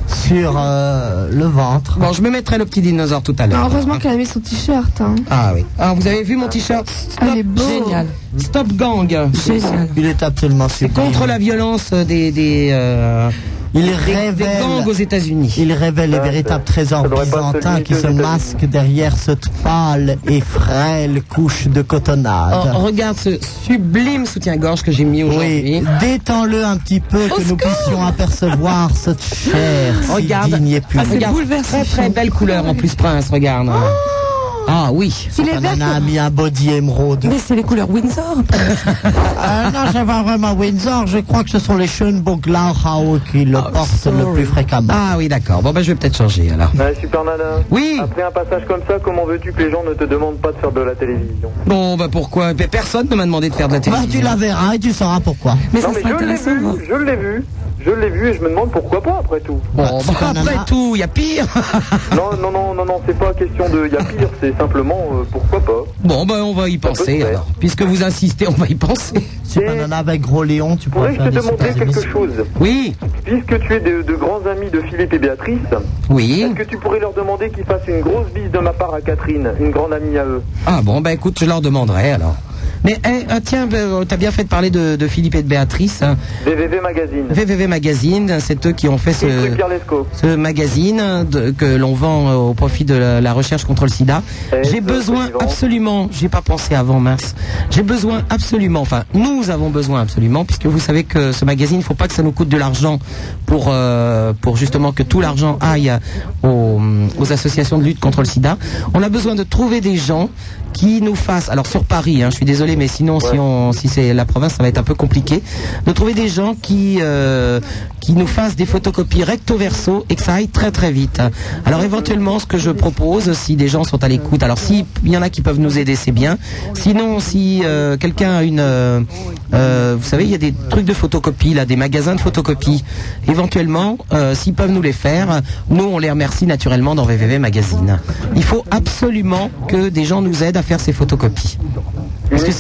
B: sur euh, le ventre.
A: Bon, je me mettrai le petit dinosaure tout à
H: Non,
A: l'heure.
H: heureusement qu'elle a mis son t-shirt. Hein.
A: Ah oui. Ah, vous avez vu mon t-shirt Stop,
H: Elle est beau.
N: Génial.
A: Stop Gang.
N: Génial.
B: Il est absolument sublime.
A: Contre la violence des des, euh,
B: Il
A: des- des,
B: révèle-
A: gangs aux États-Unis.
B: Il révèle les véritables trésors byzantins qui se masquent derrière cette pâle et frêle couche de
A: Oh,
B: cotonnade.
A: regarde ce sublime soutien-gorge que j'ai mis aujourd'hui.
B: Oui, détends-le un petit peu, que nous puissions apercevoir cette chair si
A: Regarde.
B: digne et pure.
A: Ah, regarde, Très très belle couleur en plus, Prince, regarde.
N: Oh.
A: ah oui.
H: Il est
B: On en
H: vert.
B: a mis un body émeraude.
N: Mais c'est les couleurs Windsor.
B: Ah non, je vais vraiment à Windsor. Je crois que ce sont les Schönburg-Lauchau qui le
N: Oh,
B: portent le plus fréquemment.
A: Ah oui, d'accord. Bon, ben je vais peut-être changer alors.
E: Ouais, super nana.
A: Oui.
E: Après un passage comme ça, comment veux-tu que les gens ne te demandent pas de faire de la télévision
A: Bon, bah pourquoi Ben, Personne ne m'a demandé de faire de la
B: Bah, tu
A: télévision.
B: la verras et tu sauras pourquoi.
N: Mais
E: Non,
N: ça
E: mais
N: serait
E: je l'ai
N: intéressant de voir.
E: vu, je l'ai vu. Je je l'ai vu et je me demande pourquoi pas après tout.
A: Bon, bah, après tout, il y a pire.
E: non, non, non, non, non, c'est pas question de. Il y a pire, c'est simplement euh, pourquoi pas.
A: Bon, ben on va y penser. alors. Puisque vous insistez, on va y penser.
B: Super Nana avec Gros Léon, tu pourrais
E: Pourrais-je
B: faire
E: te
B: des
E: demander
B: super
E: quelque
B: émissions.
E: chose
A: Oui.
E: Puisque tu es de, de grands amis de Philippe et Béatrice,
A: Oui.
E: est-ce que tu pourrais leur demander qu'ils fassent une grosse bise de ma part à Catherine, une grande amie à eux
A: Ah bon, bah écoute, je leur demanderai alors. Mais eh, ah, tiens, bah, euh, t'as bien fait de parler de, de Philippe et de Béatrice. hein.
E: VVV Magazine.
A: VVV Magazine, c'est eux qui ont fait ce, ce magazine de- que l'on vend euh, au profit de la, la recherche contre le sida. J'ai besoin absolument, j'ai pas pensé avant, mince, j'ai besoin absolument, enfin nous avons besoin absolument, puisque vous savez que ce magazine, il faut pas que ça nous coûte de l'argent pour, euh, pour justement que tout l'argent aille à- aux, aux associations de lutte contre le sida. On a besoin de trouver des gens qui nous fassent, alors sur Paris, hein, je suis désolé, mais sinon si, on, si c'est la province, ça va être un peu compliqué, de trouver des gens qui, euh, qui nous fassent des photocopies recto-verso et que ça aille très très vite. Alors éventuellement, ce que je propose, si des gens sont à l'écoute, alors s'il y en a qui peuvent nous aider, c'est bien. Sinon, si euh, quelqu'un a une... euh, euh, vous savez, il y a des trucs de photocopie, là, des magasins de photocopie. Éventuellement, euh, s'ils peuvent nous les faire, nous, on les remercie naturellement dans VVV Magazine. Il faut absolument que des gens nous aident à faire ces photocopies. Parce que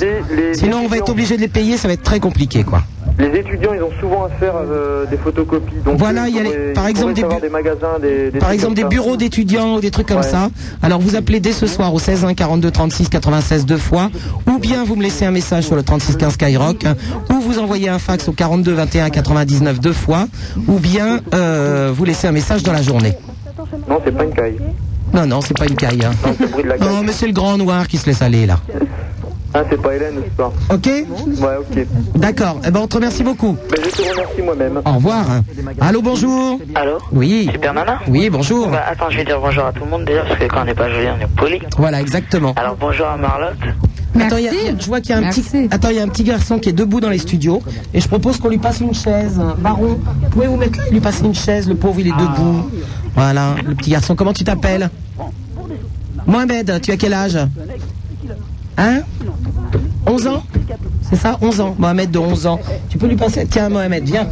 A: sinon, on va être obligé de les payer, ça va être très compliqué, quoi.
E: Les étudiants, ils ont souvent à faire euh, des photocopies. Donc
A: Voilà,
E: ils
A: il y a les-
E: pourraient-
A: par
E: ils pourraient
A: exemple, des
E: savoir
A: bu-
E: des magasins, des, des
A: Par
E: trucs
A: exemple, des
E: comme ça.
A: bureaux d'étudiants ou des trucs comme
E: Ouais.
A: ça. Alors, vous appelez dès ce soir au 16 1 42 36 96 deux fois, ou bien vous me laissez un message sur le 36 15 Skyrock, ou vous envoyez un fax au 42 21 99 deux fois, ou bien euh, vous laissez un message dans la journée.
E: Non, c'est pas une caille.
A: Non, non, c'est pas une caille. hein. Non, mais c'est le grand noir qui se laisse aller là.
E: Ah, c'est pas Hélène, c'est pas.
A: Ok
E: Ouais, ok.
A: D'accord. Eh ben, on te remercie beaucoup.
E: Ben, je te remercie moi-même.
A: Au revoir. Allô, bonjour.
O: Allô
A: Oui.
O: Super Nana
A: Oui, bonjour.
O: Bah, attends, je vais dire bonjour à tout le monde déjà, parce que quand on n'est pas joli, on est poli.
A: Voilà, exactement.
O: Alors bonjour à Marlotte.
A: Attends, il y a- je vois qu'il y a un petit. Attends, il y a un petit garçon qui est debout dans les studios et je propose qu'on lui passe une chaise. Baron, pouvez-vous mettre- lui passer une chaise Le pauvre, il est debout. Voilà, le petit garçon. Comment tu t'appelles Mohamed, tu as quel âge Hein 11 ans C'est ça 11 ans. Mohamed de 11 ans. Tu peux lui passer Tiens, Mohamed, viens.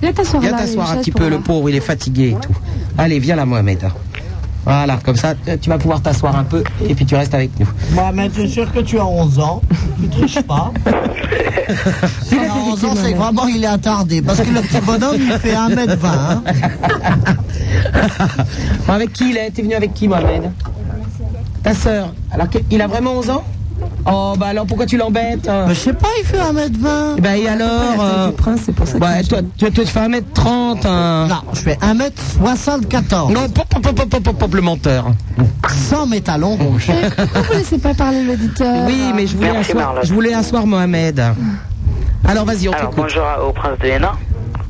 H: Viens t'asseoir
A: Viens
H: là,
A: t'asseoir
H: une
A: un
H: chaise
A: petit
H: pour
A: peu,
H: moi.
A: le pauvre, il est fatigué et tout. Allez, viens là, Mohamed. Voilà, comme ça, euh, tu vas pouvoir t'asseoir un peu et puis tu restes avec nous.
B: Mohamed, je suis sûr que tu as 11 ans, tu triches pas. Si il a 11 ans, c'est que vraiment il est attardé, parce que le petit bonhomme, il fait 1m20. hein.
A: Bon, avec qui il est T'es venu avec qui, Mohamed Ta sœur. Alors qu'il a vraiment 11 ans Oh, bah alors pourquoi tu l'embêtes
B: Je sais pas, il fait 1m20.
A: Bah et alors euh,
N: Eh ben,
A: bah, toi, toi, toi, tu fais 1m30.
B: Non, je fais 1m74.
A: hein. Non, pop, pop, pop, pop, pop, pop, le menteur.
B: Sans mes talons rouges.
H: Eh, Pourquoi vous laissez pas parler l'auditeur
A: Oui, mais je voulais,
O: Merci,
A: asseoir,
O: Marlotte.
A: je voulais asseoir Mohamed. Alors vas-y, on
O: Alors
A: t'écoute.
O: bonjour à- au prince de Hénin,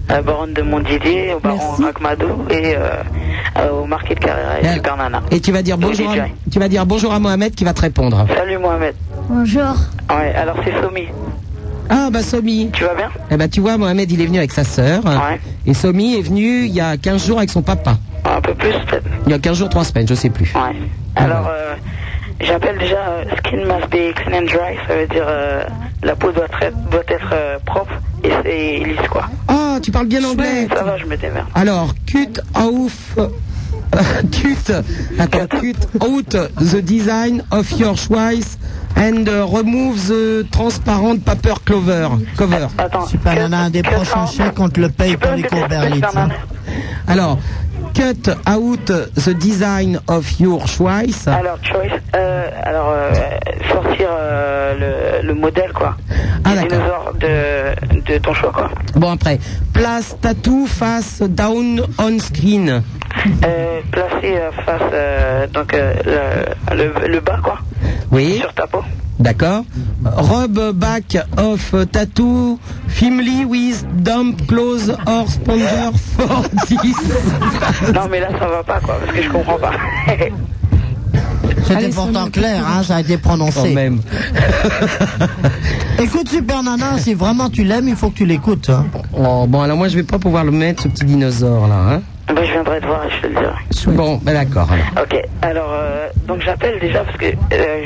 O: à la baronne de Montdidier, au baron Rakhmadou et euh, euh, au marquis de Carrera et
A: Bien.
O: Super Nana.
A: Et tu vas dire
O: Vous
A: bonjour.
O: dites,
A: À,
O: ouais.
A: tu vas dire bonjour à Mohamed qui va te répondre.
O: Salut Mohamed.
H: Bonjour.
O: Ouais, alors c'est Somi.
A: Ah bah Somi.
O: Tu vas bien
A: Eh bah tu vois, Mohamed il est venu avec sa sœur. Et Somi est venu il y a 15 jours avec son papa.
O: Un peu plus peut-être.
A: Il y a 15 jours, 3 semaines, je sais plus.
O: Ouais. Alors euh, j'appelle déjà euh, Skin must be clean and dry, ça veut dire euh, la peau doit être, doit être euh, propre et, c'est lisse quoi.
A: Ah, tu parles bien anglais.
O: Ça va, je me démerde.
A: Alors, cut off. cut. Attends, cut out the design of your choice and uh, remove the transparent paper cover. cover.
B: Super Nana, un des prochains chèques, on te le paye pour les cours Berlitz. hein.
A: Alors, cut out the design of your choice.
O: Alors choice, euh, alors euh, sortir euh, le, le modèle quoi. Le
A: Ah, d'accord.
O: dinosaure de, de ton choix quoi.
A: Bon, après, place tattoo face down on screen.
O: Euh, placer euh, face euh, donc euh, le, le, le bas quoi.
A: Oui.
O: Sur ta peau.
A: D'accord. Robe back of tattoo, firmly with dump clothes or sponsor for this.
O: non mais là ça va pas quoi parce que je comprends pas.
B: C'était pourtant clair, hein, ça a été prononcé.
A: Quand même.
B: Écoute Super Nana, si vraiment tu l'aimes, il faut que tu l'écoutes. hein.
A: Oh, bon, alors moi je vais pas pouvoir le mettre, ce petit dinosaure là. Hein
O: Bah, je viendrai te voir et je te le dirai.
A: bon, ben d'accord. alors.
O: Ok, alors euh, donc j'appelle déjà parce que euh,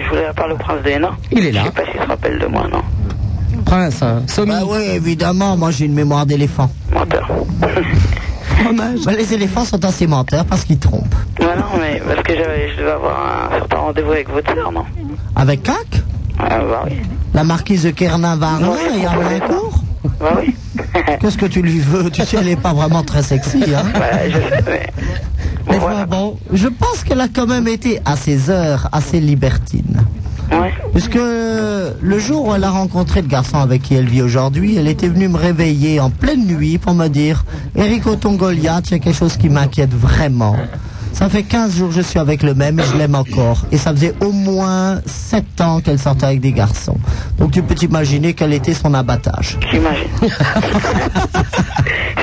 O: je voulais parler au prince de Hénin.
A: Il est là.
O: Je sais pas s'il se rappelle de moi non.
A: prince. hein. Somi.
B: Bah oui, évidemment, moi j'ai une mémoire d'éléphant.
O: Menteur.
B: Bah, les éléphants sont assez menteurs parce qu'ils trompent.
O: Ouais, non, mais parce que j'avais- je devais avoir un certain rendez-vous avec votre soeur, non
B: Avec Cac
O: Ah, bah oui.
B: La marquise de Kernin-Varin et Arlincourt
O: Bah
B: Qu'est-ce que tu lui veux Tu sais, elle n'est pas vraiment très sexy. Hein mais enfin, bon, je pense qu'elle a quand même été à ses heures assez libertine. Puisque le jour où elle a rencontré le garçon avec qui elle vit aujourd'hui, elle était venue me réveiller en pleine nuit pour me dire Eric Tongolia, il y a quelque chose qui m'inquiète vraiment. Ça fait 15 jours que je suis avec le même et je l'aime encore. Et ça faisait au moins 7 ans qu'elle sortait avec des garçons. Donc tu peux t'imaginer quel était son abattage.
O: J'imagine.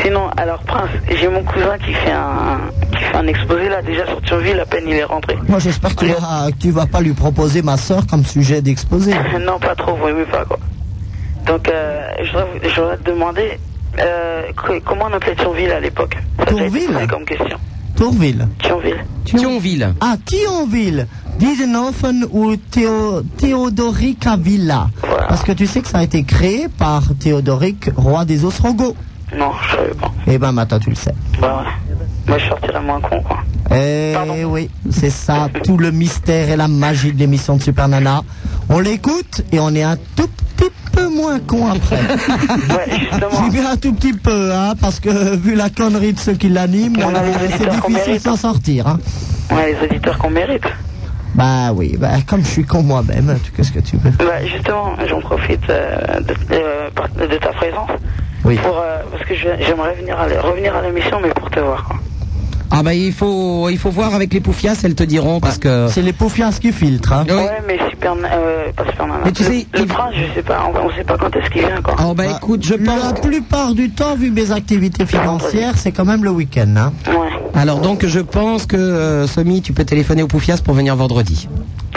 O: Sinon, alors Prince, j'ai mon cousin qui fait un qui fait un exposé là déjà sur Thionville, à peine il est rentré.
B: Moi j'espère que tu vas- que tu vas pas lui proposer ma soeur comme sujet d'exposé.
O: non, pas trop, vous aimez pas quoi. Donc, euh, je voudrais vous- je voudrais te demander euh, co- comment on appelait Thionville à l'époque Ça, ça a été posé comme question.
B: Tourville.
O: Thionville.
A: Thionville.
B: Ah, Thionville Didenhofen ou Théo, Théodoric Avila. Parce que tu sais que ça a été créé par Théodoric, roi des Ostrogoths.
O: Non, je savais pas.
B: Eh ben maintenant tu le sais.
O: Bah ouais. Moi, je sortirais moins con quoi.
B: Eh oui, c'est ça, tout le mystère et la magie de l'émission de Super Nana. On l'écoute et on est un tout petit peu moins con après. J'ai bien un tout petit peu, hein, parce que vu la connerie de ceux qui l'animent,
O: On a
B: euh,
O: les
B: c'est
O: auditeurs qu'on
B: difficile de
O: mérite.
B: s'en sortir. Hein.
O: Ouais, les auditeurs qu'on mérite.
B: Bah oui, bah, comme je suis con moi-même, hein, tu- qu'est-ce que tu veux
O: Bah, justement, j'en profite euh, de, euh, par- de ta présence. Pour, euh, parce que je- j'aimerais venir à la- revenir à la mission, mais pour te voir. quoi.
A: Ah bah il faut, il faut voir avec les poufias, elles te diront parce que.
B: C'est les poufias qui filtrent. Hein.
O: Ouais, mais super. Euh, pas super nana.
A: Mais tu
O: le,
A: sais,
O: le prince, je sais pas, on, on sait pas quand est-ce qu'il vient, quoi.
A: bah, écoute, je
B: pense. La plupart du temps, vu mes activités financières, c'est quand même le week-end. Hein.
A: Alors donc je pense que euh, Somi, tu peux téléphoner aux poufias pour venir vendredi.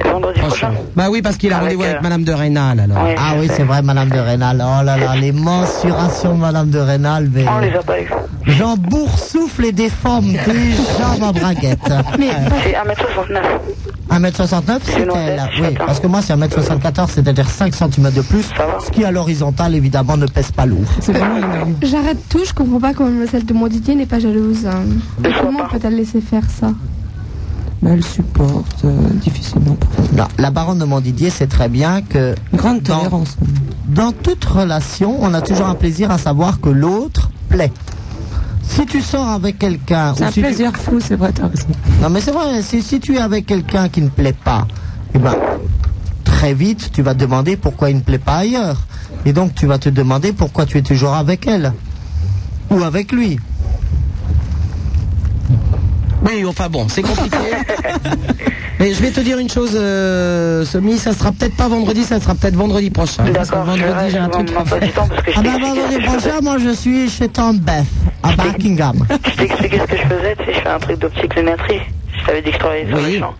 O: Vendredi
A: prochain. Bah oui, parce qu'il a rendez-vous avec Madame de Rênal alors.
B: ah oui, c'est vrai, Madame de Rênal. Oh là là, les mensurations de Madame de Rênal. Mais...
E: Oh,
O: On les a pas eues.
B: J'en boursoufle et déforme déjà ma braguette.
A: Ah.
H: bah,
O: C'est 1m69.
B: 1m69, c'est elle. Oui, parce que moi, c'est 1m74, c'est-à-dire 5 cm de plus, ce qui à l'horizontale, évidemment, ne pèse pas lourd.
H: J'arrête tout, je comprends pas comment mademoiselle de Montdidier n'est pas jalouse. hein. Comment peut-elle laisser faire ça
B: Mais elle supporte difficilement. la baronne de Montdidier sait très bien que. Grande tolérance. Dans toute relation, on a toujours un plaisir à savoir que l'autre plaît. Si tu sors avec quelqu'un.
N: C'est
B: ou
N: un
B: si tu-
N: plaisir fou, c'est vrai, t'as raison.
B: Non, mais c'est vrai, si, si tu es avec quelqu'un qui ne plaît pas, eh ben, très vite, tu vas te demander pourquoi il ne plaît pas ailleurs. Et donc, tu vas te demander pourquoi tu es toujours avec elle. Ou avec lui.
A: Oui, enfin bon, c'est compliqué. Mais je vais te dire une chose, euh, Somi, ça sera peut-être pas vendredi, ça sera peut-être vendredi prochain. Parce que vendredi, j'ai un truc bah, à faire.
B: Ah ben, vendredi prochain, moi, je suis chez Tom Beth, à Buckingham.
O: Je t'ai expliqué ce que je faisais, tu sais, je fais un truc d'optique lunatrie. Je t'avais dit que je travaillais sur les champs.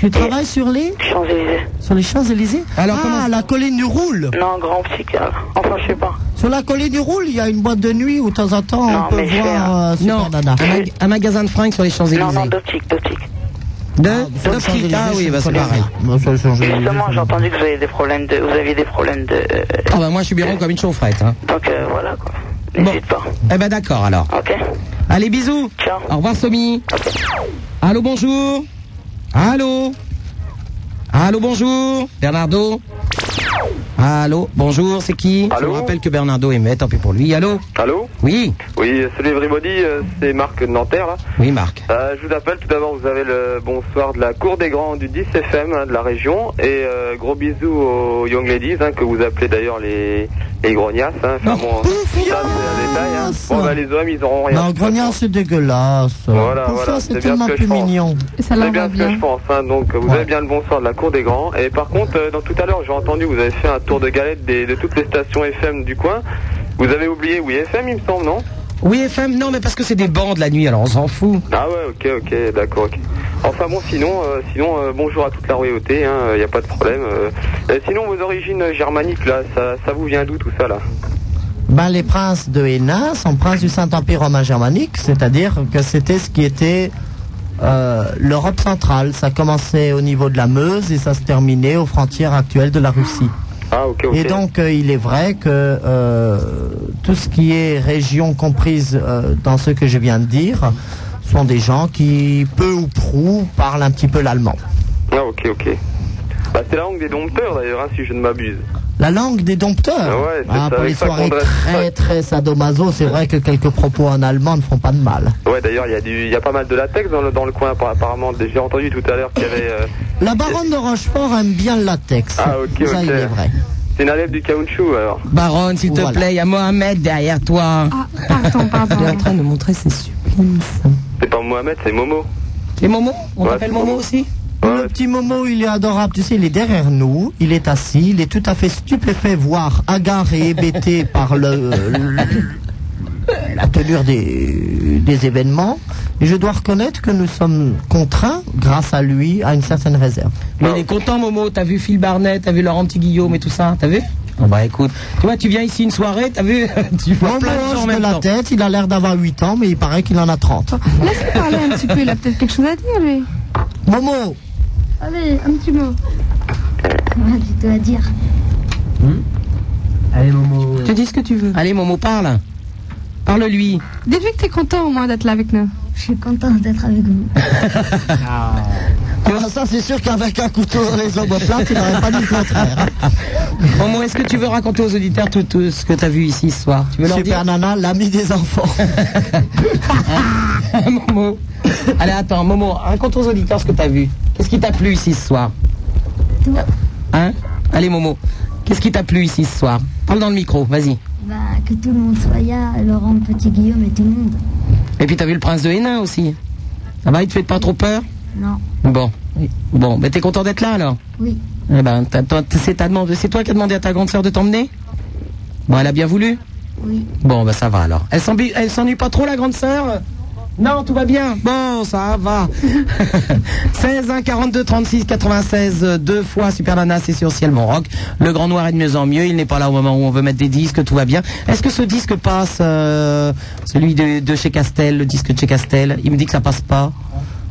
B: Tu travailles sur les
O: Champs-Élysées.
B: Sur les Champs-Élysées Ah, la colline du Roule
O: Non, grand optique. hein. Enfin, je sais pas.
B: Sur la colline du Roule, il y a une boîte de nuit où, de temps en temps, on peut voir euh, Super
A: Non,
B: Nana.
A: un, mag- un magasin de fringues sur les Champs-Élysées.
O: Non, non, d'optique, d'optique.
A: De D'optique, ah oui, bah c'est pareil.
O: Justement, j'ai entendu que vous aviez des problèmes de. Vous aviez des problèmes de. euh,
A: Ah bah moi je suis bien rond comme une chaufferette. Hein.
O: Donc euh, voilà quoi.
A: Bon. Eh ben d'accord alors.
O: Ok.
A: Allez bisous.
O: Ciao.
A: Au revoir Somi. Allô bonjour. Allô. Allô bonjour. Bernardo. Allô bonjour c'est qui Je vous rappelle que Bernardo est maître, tant pis pour lui. Allô.
G: Allô
A: Oui.
G: Oui, salut everybody, euh, c'est Marc de Nanterre. Là.
A: Oui Marc.
G: Euh, je vous appelle tout d'abord, vous avez le bonsoir de la Cour des Grands du 10 FM hein, de la région et euh, gros bisous aux Young Ladies hein, que vous appelez d'ailleurs les, les grognasses. Hein. Enfin, bon, ça, c'est un détail. hein. Bon, bah, les hommes ils auront rien.
B: Non, Grognard, c'est dégueulasse.
G: Voilà,
B: Pour
G: voilà,
B: ça,
G: c'est
B: c'est
G: bien
B: tellement
G: ce que
B: plus
G: je pense.
B: mignon.
G: C'est bien ce que je pense, hein. donc vous avez bien le bonsoir de la Cour des Grands. Et par contre, euh, dans tout à l'heure, j'ai entendu, vous avez fait un tour de galette des- de toutes les stations FM du coin. Vous avez oublié, oui, FM, il me semble, non
A: Oui FM non mais parce que c'est des bandes la nuit alors on s'en fout.
G: Ah ouais, ok, ok, d'accord. ok. Enfin bon, sinon, euh, sinon euh, bonjour à toute la royauté, il n'y a pas de problème. euh. Euh, sinon, vos origines germaniques, là, ça, ça vous vient d'où tout ça, là
B: Ben, les princes de Hénin sont princes du Saint-Empire romain germanique, c'est-à-dire que c'était ce qui était euh, l'Europe centrale. Ça commençait au niveau de la Meuse et ça se terminait aux frontières actuelles de la Russie.
G: Ah ok, ok.
B: Et donc, euh, il est vrai que euh, tout ce qui est région comprise euh, dans ce que je viens de dire sont des gens qui, peu ou prou, parlent un petit peu l'allemand.
G: Ah, ok, ok. Bah, c'est la langue des dompteurs d'ailleurs, hein, si je ne m'abuse.
B: La langue des dompteurs.
G: Ah ouais, c'est
B: Ah,
G: ça,
B: pour
G: avec
B: les
G: ça qu'on
B: soirées
G: dresse.
B: très très sadomaso, c'est vrai que quelques propos en allemand ne font pas de mal.
G: Ouais, d'ailleurs, il y, a du- il y a pas mal de latex dans le, dans le coin, appa- apparemment. J'ai entendu tout à l'heure qu'il y avait. euh,
B: La baronne de Rochefort aime bien le latex.
G: Ah, ok,
B: Ça,
G: ok.
B: il est vrai.
G: C'est une adepte du caoutchouc, alors.
A: Baronne, s'il te plaît, il y a Mohamed derrière toi.
H: Ah,
N: Il est en train de montrer ses supplimes.
G: C'est pas Mohamed, c'est Momo.
A: Et Momo
B: On
G: Ouais,
B: l'appelle
G: c'est Momo.
A: aussi
B: Le petit Momo, il est adorable. Tu sais, il est derrière nous, il est assis, il est tout à fait stupéfait, voire hagard et hébété par le, le- la tenue des, des événements. Et je dois reconnaître que nous sommes contraints, grâce à lui, à une certaine réserve.
A: Mais il est content, Momo. T'as vu Phil Barnet, t'as vu Laurent Petit Guillaume et tout ça, t'as vu Bah écoute. Tu vois, tu viens ici une soirée, t'as vu Tu vois
B: Momo
A: plein de gens en
B: hoche de
A: même
B: la
A: temps.
B: tête, il a l'air d'avoir 8 ans, mais il paraît qu'il en a 30.
H: Laisse-le parler un petit peu, il a peut-être quelque chose à dire, lui.
B: Momo
H: Allez, un petit mot.
P: Rien du tout à dire.
A: Allez, Momo. Te dis ce que tu veux. Allez, Momo, parle. Parle-lui.
H: Dis-lui que t'es content au moins d'être là avec nous.
P: Je suis content d'être avec vous.
B: Ah, ça, c'est sûr qu'avec un couteau dans les omoplates, il n'aurait pas dit le contraire.
A: Momo, est-ce que tu veux raconter aux auditeurs tout, tout ce que t'as vu ici ce soir Tu veux leur
B: Super
A: dire
B: Nana, l'ami des enfants.
A: Momo. Allez, attends, Momo, raconte aux auditeurs ce que t'as vu. Qu'est-ce qui t'a plu ici ce soir
P: Tout.
A: Hein Allez, Momo. Qu'est-ce qui t'a plu ici ce soir Parle dans le micro, vas-y.
P: Bah, que tout le monde soit là, Laurent, Petit Guillaume et tout le monde.
A: Et puis t'as vu le prince de Hénin aussi. Ça va, il te fait pas trop peur
P: Non,
A: Bon. Bon, mais t'es content d'être là alors
P: oui,
A: Eh ben, t'as- t'as- c'est ta demande, c'est toi qui as demandé à ta grande sœur de t'emmener Bon, elle a bien voulu
P: oui.
A: Bon, bah ça va alors. Elle s'ennuie, elle s'ennuie pas trop la grande sœur Non, tout va bien. Bon, ça va. 16 1 42 36 96 euh, deux fois Super Nana, c'est sur Ciel Mon Rock. Le Grand Noir est de mieux en mieux. Il n'est pas là au moment où on veut mettre des disques, tout va bien. Est-ce que ce disque passe euh, celui de, de chez Castel, le disque de chez Castel Il me dit que ça passe pas. Hein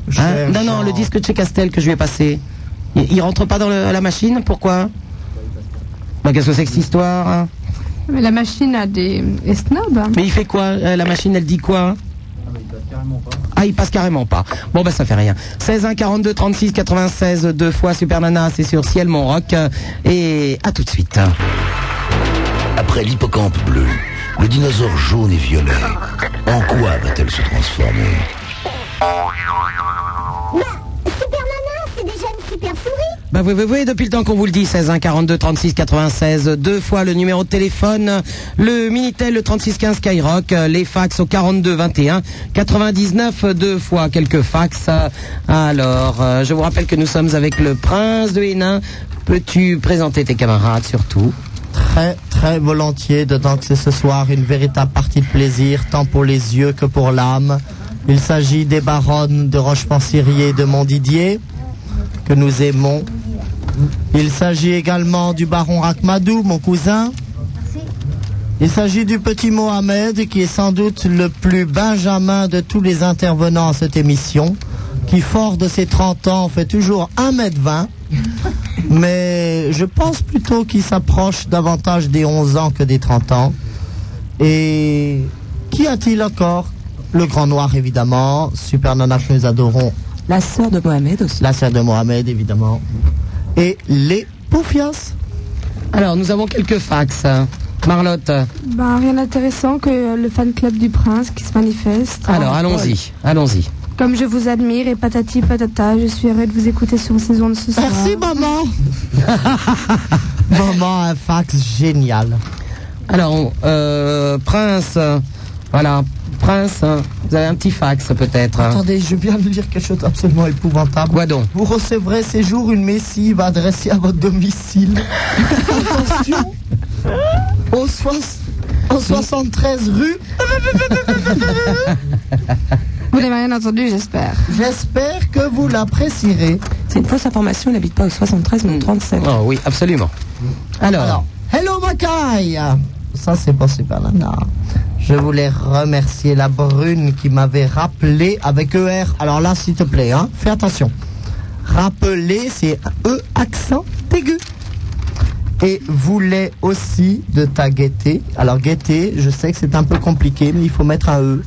B: Cher
A: non, non, le disque de chez Castel que je lui ai passé. Il, il rentre pas dans le- la machine Pourquoi Bah, Qu'est-ce que c'est que cette histoire hein
H: Mais la machine a des est snob. hein.
A: mais il fait quoi euh, La machine, elle dit quoi ah, il passe carrément pas. Bon, bah, ça fait rien. 16 1 42 36 96 deux fois Super Nana, c'est sur Ciel Mon Rock. Et à tout de suite.
L: Après l'hippocampe bleu, le dinosaure jaune et violet, en quoi va-t-elle se transformer
C: Super Nana, c'est déjà une super souris
A: Bah oui, oui, oui, depuis le temps qu'on vous le dit, 16 1 42 36 96, deux fois le numéro de téléphone, le Minitel, le 36 15 Skyrock, euh, les fax au 42 21 99, euh, deux fois quelques fax. Euh, Alors, euh, je vous rappelle que nous sommes avec le prince de Hénin. Peux-tu présenter tes camarades surtout
B: Très, très volontiers de danser ce soir une véritable partie de plaisir, tant pour les yeux que pour l'âme. Il s'agit des baronnes de Rochefort-Sirier et de Montdidier, que nous aimons. Il s'agit également du baron Rachmadou, mon cousin. Il s'agit du petit Mohamed, qui est sans doute le plus benjamin de tous les intervenants à cette émission, qui, fort de ses 30 ans, fait toujours 1m20. Mais je pense plutôt qu'il s'approche davantage des 11 ans que des 30 ans. Et qui a-t-il encore Le Grand Noir, évidemment. Super Nana que nous adorons.
N: La sœur de Mohamed aussi.
B: La sœur de Mohamed, évidemment. Et les Poufias.
A: Alors, nous avons quelques fax. Marlotte,
H: Bah, rien d'intéressant que le fan club du prince qui se manifeste.
A: alors
H: Ah,
A: allons-y,
H: Paul.
A: allons-y.
H: Comme je vous admire et patati patata, je suis heureux de vous écouter sur ces ondes ce soir.
B: Merci, maman. Vraiment un fax génial.
A: Alors, on- euh, Prince, euh, voilà, Prince, euh, vous avez un petit fax peut-être. hein.
B: Attendez, je viens de lire quelque chose d'absolument épouvantable.
A: Quoi donc
B: Vous recevrez ces jours une messive adressée à votre domicile. Attention au, sois- au 73 rue.
H: Vous n'avez rien entendu, j'espère.
B: J'espère que vous l'apprécierez.
N: C'est une fausse information, il n'habite pas au 73 mais au 37.
A: Oh oui, absolument. Alors,
B: Hello Macaille Ça c'est pas super nana. Je voulais remercier la brune qui m'avait rappelé avec ER. Alors là, s'il te plaît, hein, fais attention. Rappeler, c'est E accent aigu. et voulait aussi de ta gaieté. Alors gaieté, je sais que c'est un peu compliqué, mais il faut mettre un E.